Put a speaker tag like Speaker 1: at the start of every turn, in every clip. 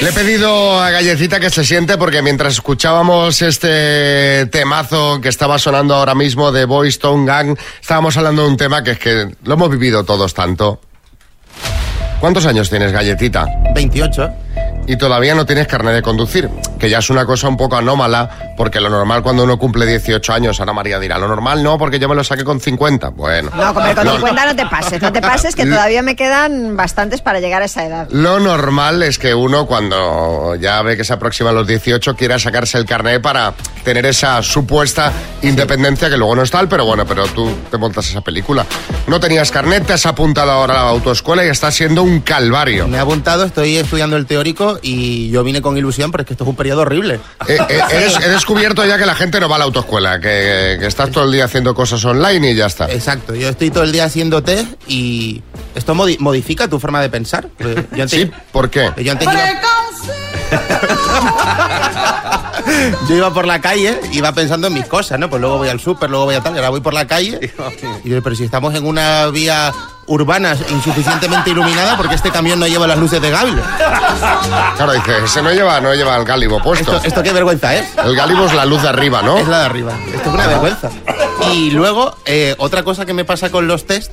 Speaker 1: Le he pedido a Gallecita que se siente porque mientras escuchábamos este temazo que estaba sonando ahora mismo de Boys Town Gang, estábamos hablando de un tema que es que lo hemos vivido todos tanto. ¿Cuántos años tienes, Galletita?
Speaker 2: 28.
Speaker 1: Y todavía no tienes carnet de conducir, que ya es una cosa un poco anómala, porque lo normal cuando uno cumple 18 años, ahora María dirá, lo normal no, porque yo me lo saqué con 50. Bueno.
Speaker 3: No, comer con 50 no te pases, no te pases, que todavía me quedan bastantes para llegar a esa edad.
Speaker 1: Lo normal es que uno cuando ya ve que se aproxima a los 18 quiera sacarse el carnet para tener esa supuesta independencia que luego no es tal, pero bueno, pero tú te montas esa película. No tenías carnet, te has apuntado ahora a la autoescuela y está siendo un calvario.
Speaker 2: Me he apuntado, estoy estudiando el teórico y yo vine con ilusión, pero es que esto es un periodo horrible.
Speaker 1: Eh, eh, eres- he descubierto ya que la gente no va a la autoescuela, que, que estás todo el día haciendo cosas online y ya está.
Speaker 2: Exacto, yo estoy todo el día haciendo test y esto modi- modifica tu forma de pensar. Eh, Yo antes,
Speaker 1: Sí, ¿por qué?
Speaker 2: yo antes iba, yo iba por la calle, iba pensando en mis cosas, ¿no? Pues luego voy al súper, luego voy a tal, y ahora voy por la calle y digo, pero si estamos en una vía urbana insuficientemente iluminada, porque este camión no lleva las luces de Gable.
Speaker 1: Claro, dice, se no lleva, no lleva el gálibo puesto.
Speaker 2: Esto, esto qué vergüenza ¿eh? es.
Speaker 1: El gálibo es la luz de arriba, ¿no?
Speaker 2: Es la de arriba. Esto es una vergüenza. Y luego, eh, otra cosa que me pasa con los test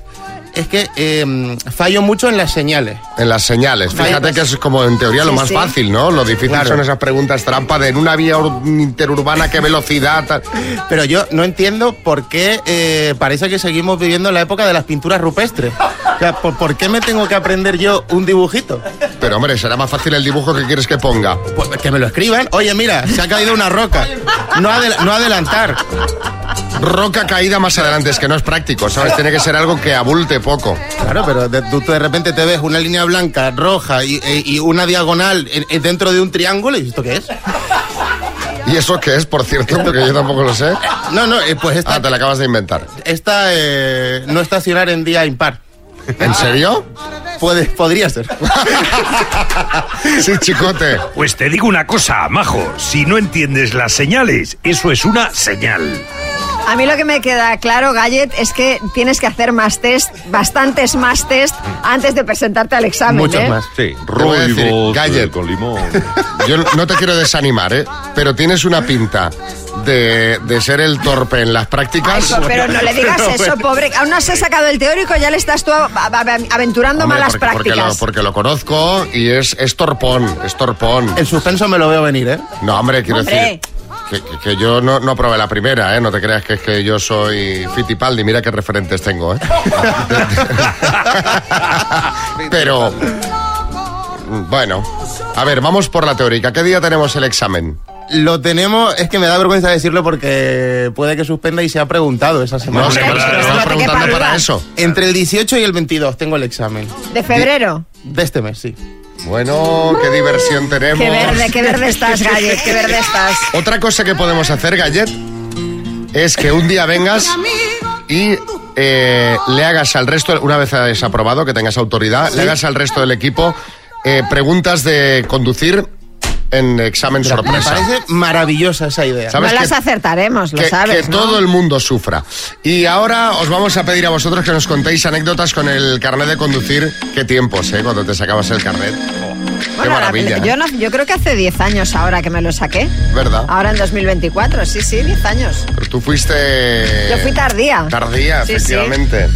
Speaker 2: es que eh, fallo mucho en las señales.
Speaker 1: En las señales. Fíjate que es como en teoría lo
Speaker 3: pues Sí,
Speaker 1: más
Speaker 3: sí.
Speaker 1: fácil, ¿no? Lo difícil
Speaker 2: Claro.
Speaker 1: son esas preguntas trampa de en una vía ur- interurbana, qué velocidad. tal?
Speaker 2: Pero yo no entiendo por qué eh, parece que seguimos viviendo la época de las pinturas rupestres. O sea, ¿por, por qué me tengo que aprender yo un dibujito?
Speaker 1: Pero hombre, será más fácil el dibujo que quieres que ponga.
Speaker 2: Pues que me lo escriban. Oye, mira, se ha caído una roca. No, adel- no adelantar.
Speaker 1: Roca caída más adelante, es que no es práctico, ¿sabes? Tiene que ser algo que abulte poco.
Speaker 2: Claro, pero de, tú de repente te ves una línea blanca, roja y, e- y una diagonal en- en- dentro de un triángulo. ¿Y esto qué es?
Speaker 1: ¿Y eso qué es, por cierto? Porque yo tampoco lo sé.
Speaker 2: No, no, eh, pues esta
Speaker 1: Ah, te la acabas de inventar.
Speaker 2: Esta eh, no estacionar en día impar.
Speaker 1: ¿En serio?
Speaker 2: Puede, podría ser.
Speaker 1: Sí, chicote.
Speaker 4: Pues te digo una cosa, Majo, si no entiendes las señales, eso es una señal.
Speaker 3: A mí lo que me queda claro, Gallet, es que tienes que hacer más test, bastantes más test, antes de presentarte al examen.
Speaker 2: Muchos
Speaker 3: ¿eh?
Speaker 2: más.
Speaker 5: Sí,
Speaker 1: voy a decir,
Speaker 5: roibos,
Speaker 1: gadget.
Speaker 5: eh, con limón.
Speaker 1: Yo no te quiero desanimar, ¿eh? Pero tienes una pinta de, de ser el torpe en las
Speaker 3: Ay,
Speaker 1: prácticas.
Speaker 3: po- pero no le digas eso, pobre. Aún no has sacado el teórico, ya le estás tú a- a- a- aventurando
Speaker 1: Hombre,
Speaker 3: malas
Speaker 1: porque, porque
Speaker 3: prácticas.
Speaker 1: lo, porque lo conozco y es, es torpón, es torpón.
Speaker 2: El suspenso me lo veo venir, ¿eh?
Speaker 1: No, hombre, quiero
Speaker 3: Hombre.
Speaker 1: decir que, que- que yo no, no probé la primera, ¿eh? No te creas que es que yo soy Fittipaldi, mira qué referentes tengo, ¿eh? Pero... Bueno, a ver, vamos por la teórica. ¿Qué día tenemos el examen?
Speaker 2: Lo tenemos, es que me da vergüenza decirlo porque puede que suspenda y se ha preguntado esa semana.
Speaker 1: No, sé,
Speaker 4: claro,
Speaker 1: pero
Speaker 4: claro.
Speaker 1: estaba
Speaker 3: Espérate, que
Speaker 1: preguntando
Speaker 3: para
Speaker 1: para
Speaker 3: dudas.
Speaker 1: eso.
Speaker 2: Entre el 18 y el 22 tengo el examen.
Speaker 3: De febrero.
Speaker 2: De este mes, sí.
Speaker 1: Bueno, qué diversión tenemos.
Speaker 3: Qué verde, qué verde estás, Gallet, qué verde estás.
Speaker 1: Otra cosa que podemos hacer, Gallet, es que un día vengas y eh, le hagas al resto, una vez hayas aprobado, que tengas autoridad, le hagas al resto del equipo eh, preguntas de conducir en examen
Speaker 2: Me
Speaker 1: sorpresa.
Speaker 2: parece maravillosa esa idea.
Speaker 1: ¿Sabes
Speaker 3: No
Speaker 1: que-
Speaker 3: las acertaremos, lo
Speaker 1: que,
Speaker 3: sabes.
Speaker 1: que
Speaker 3: ¿no?
Speaker 1: todo el mundo sufra. Y ahora os vamos a pedir a vosotros que nos contéis anécdotas con el carnet de conducir. Qué tiempos, ¿eh? Cuando te sacabas el carnet. Qué
Speaker 3: Oh. Bueno, ahora-
Speaker 1: maravilla. ¿eh?
Speaker 3: yo, no- yo creo que hace 10 años ahora que me lo saqué.
Speaker 1: ¿Verdad?
Speaker 3: Ahora en 2024, sí, sí, 10 años.
Speaker 1: Pero tú fuiste...
Speaker 3: Yo fui tardía.
Speaker 1: Tardía,
Speaker 3: Sí, sí.
Speaker 1: efectivamente.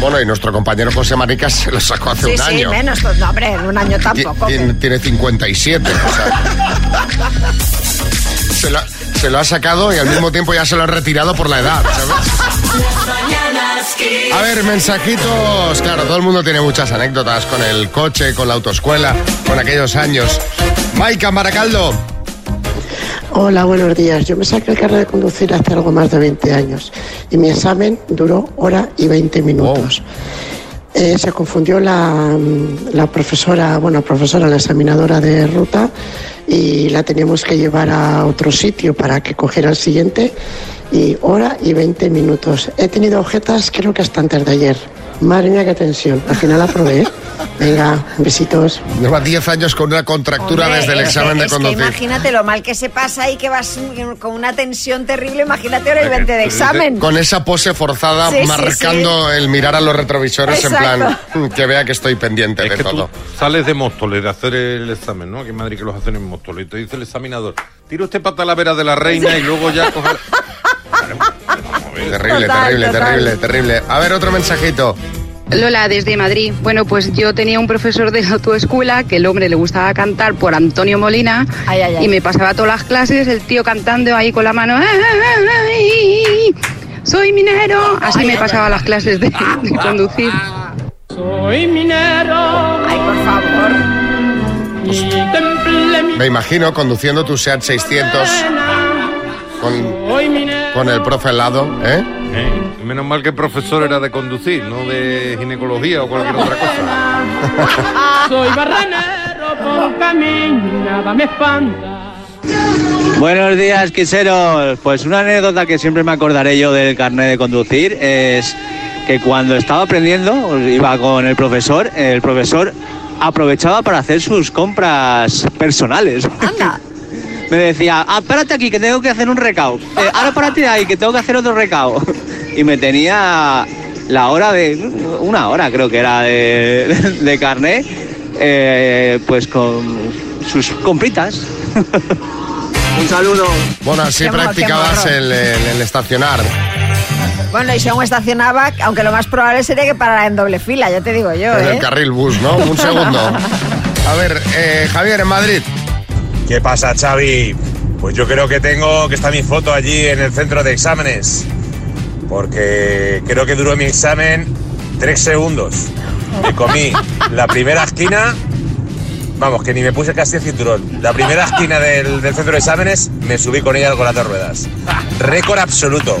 Speaker 1: Bueno, y nuestro compañero José Maricas se lo sacó hace
Speaker 3: Sí,
Speaker 1: un
Speaker 3: sí,
Speaker 1: año.
Speaker 3: menos. pues, No, hombre, en un año
Speaker 1: Ti-
Speaker 3: tampoco.
Speaker 1: tiene, tiene 57. o sea. se, lo, ha- se lo ha sacado y al mismo tiempo ya se lo ha retirado por la edad. ¿sabes? A ver, mensajitos. Claro, todo el mundo tiene muchas anécdotas con el coche, con la autoescuela, con aquellos años. Maika Maracaldo.
Speaker 6: Hola, buenos días. Yo me saqué el carnet de conducir hace algo más de 20 años y mi examen duró hora y 20 minutos. Eh, se confundió la, mm, la profesora, bueno, profesora, la examinadora de ruta y la teníamos que llevar a otro sitio para que cogiera el siguiente y hora y 20 minutos. He tenido objetas creo que hasta antes de ayer. Madre mía, qué tensión. Al final aprobé. ¿eh? Venga, besitos.
Speaker 1: Lleva 10 años con una contractura
Speaker 3: Hombre,
Speaker 1: desde el
Speaker 3: es que-
Speaker 1: examen de
Speaker 3: es que
Speaker 1: conducir.
Speaker 3: imagínate lo mal que se pasa y que vas con una tensión terrible. Imagínate ahora el 20 de examen.
Speaker 1: eh, Con esa pose forzada,
Speaker 3: Sí, sí,
Speaker 1: marcando el mirar a los retrovisores en
Speaker 3: Exacto.
Speaker 1: plan "Mm, que vea que estoy pendiente
Speaker 5: Es
Speaker 1: de
Speaker 5: que tú
Speaker 1: todo.
Speaker 5: sales de Móstoles de hacer el examen, ¿no? Aquí en Madrid que los hacen en Móstoles. Y te dice el examinador, tira usted para Talavera de la Reina y luego ya coja...
Speaker 1: Terrible,
Speaker 3: Total,
Speaker 1: terrible,
Speaker 3: total.
Speaker 1: terrible, terrible. A ver, otro mensajito.
Speaker 7: Lola, desde Madrid. Bueno, pues yo tenía un profesor de autoescuela que el hombre le gustaba cantar por Antonio Molina
Speaker 3: Ay, ay, ay.
Speaker 7: y me pasaba todas las clases el tío cantando ahí con la mano. "Ay, soy minero. Así me pasaba las clases de- de conducir.
Speaker 8: Soy minero
Speaker 3: Ay, por favor.
Speaker 8: y temple mi
Speaker 1: Me imagino conduciendo tu SEAT 600
Speaker 8: pena.
Speaker 1: con,
Speaker 8: Soy minero.
Speaker 1: con el profe al lado, ¿eh?
Speaker 5: Eh, Menos mal que el profesor era de conducir, no de ginecología o cualquier otra cosa.
Speaker 8: Soy barranero, porque a mí nada me espanta.
Speaker 9: Buenos días, quiseros. Pues una anécdota que siempre me acordaré yo del carnet de conducir es que cuando estaba aprendiendo, iba con el profesor, el profesor aprovechaba para hacer sus compras personales.
Speaker 3: Anda.
Speaker 9: Me decía, ah, párate aquí que tengo que hacer un recao. Eh, ahora párate ahí que tengo que hacer otro recao. Y me tenía la hora de, una hora creo que era de, de carnet, eh, pues con sus compritas. Un saludo.
Speaker 1: Bueno, así
Speaker 3: Qué morro,
Speaker 1: practicabas
Speaker 3: qué morro.
Speaker 1: el, el- el estacionar.
Speaker 3: Bueno, y según estacionaba, aunque lo más probable sería que parara en doble fila, ya te digo yo,
Speaker 1: En el
Speaker 3: ¿eh?
Speaker 1: carril bus, ¿no? Un segundo. A ver, eh, Javier, en Madrid.
Speaker 10: ¿Qué pasa, Xavi? Pues yo creo que tengo que está mi foto allí en el centro de exámenes. Porque creo que duró mi examen tres segundos. Me comí la primera esquina. Vamos, que ni me puse casi el cinturón. La primera esquina del, del centro de exámenes me subí con ella con las dos ruedas. Récord absoluto.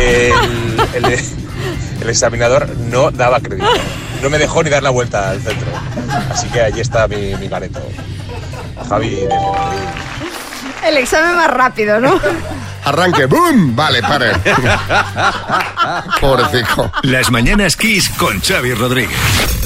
Speaker 10: El, el- el examinador no daba crédito. No me dejó ni dar la vuelta al centro. Así que allí está mi, mi careto. Javi desde Madrid.
Speaker 3: El examen más rápido, ¿no?
Speaker 1: Arranque, ¡boom! Vale, pare. Pobrecito.
Speaker 4: Las mañanas Kiss con Xavi Rodríguez.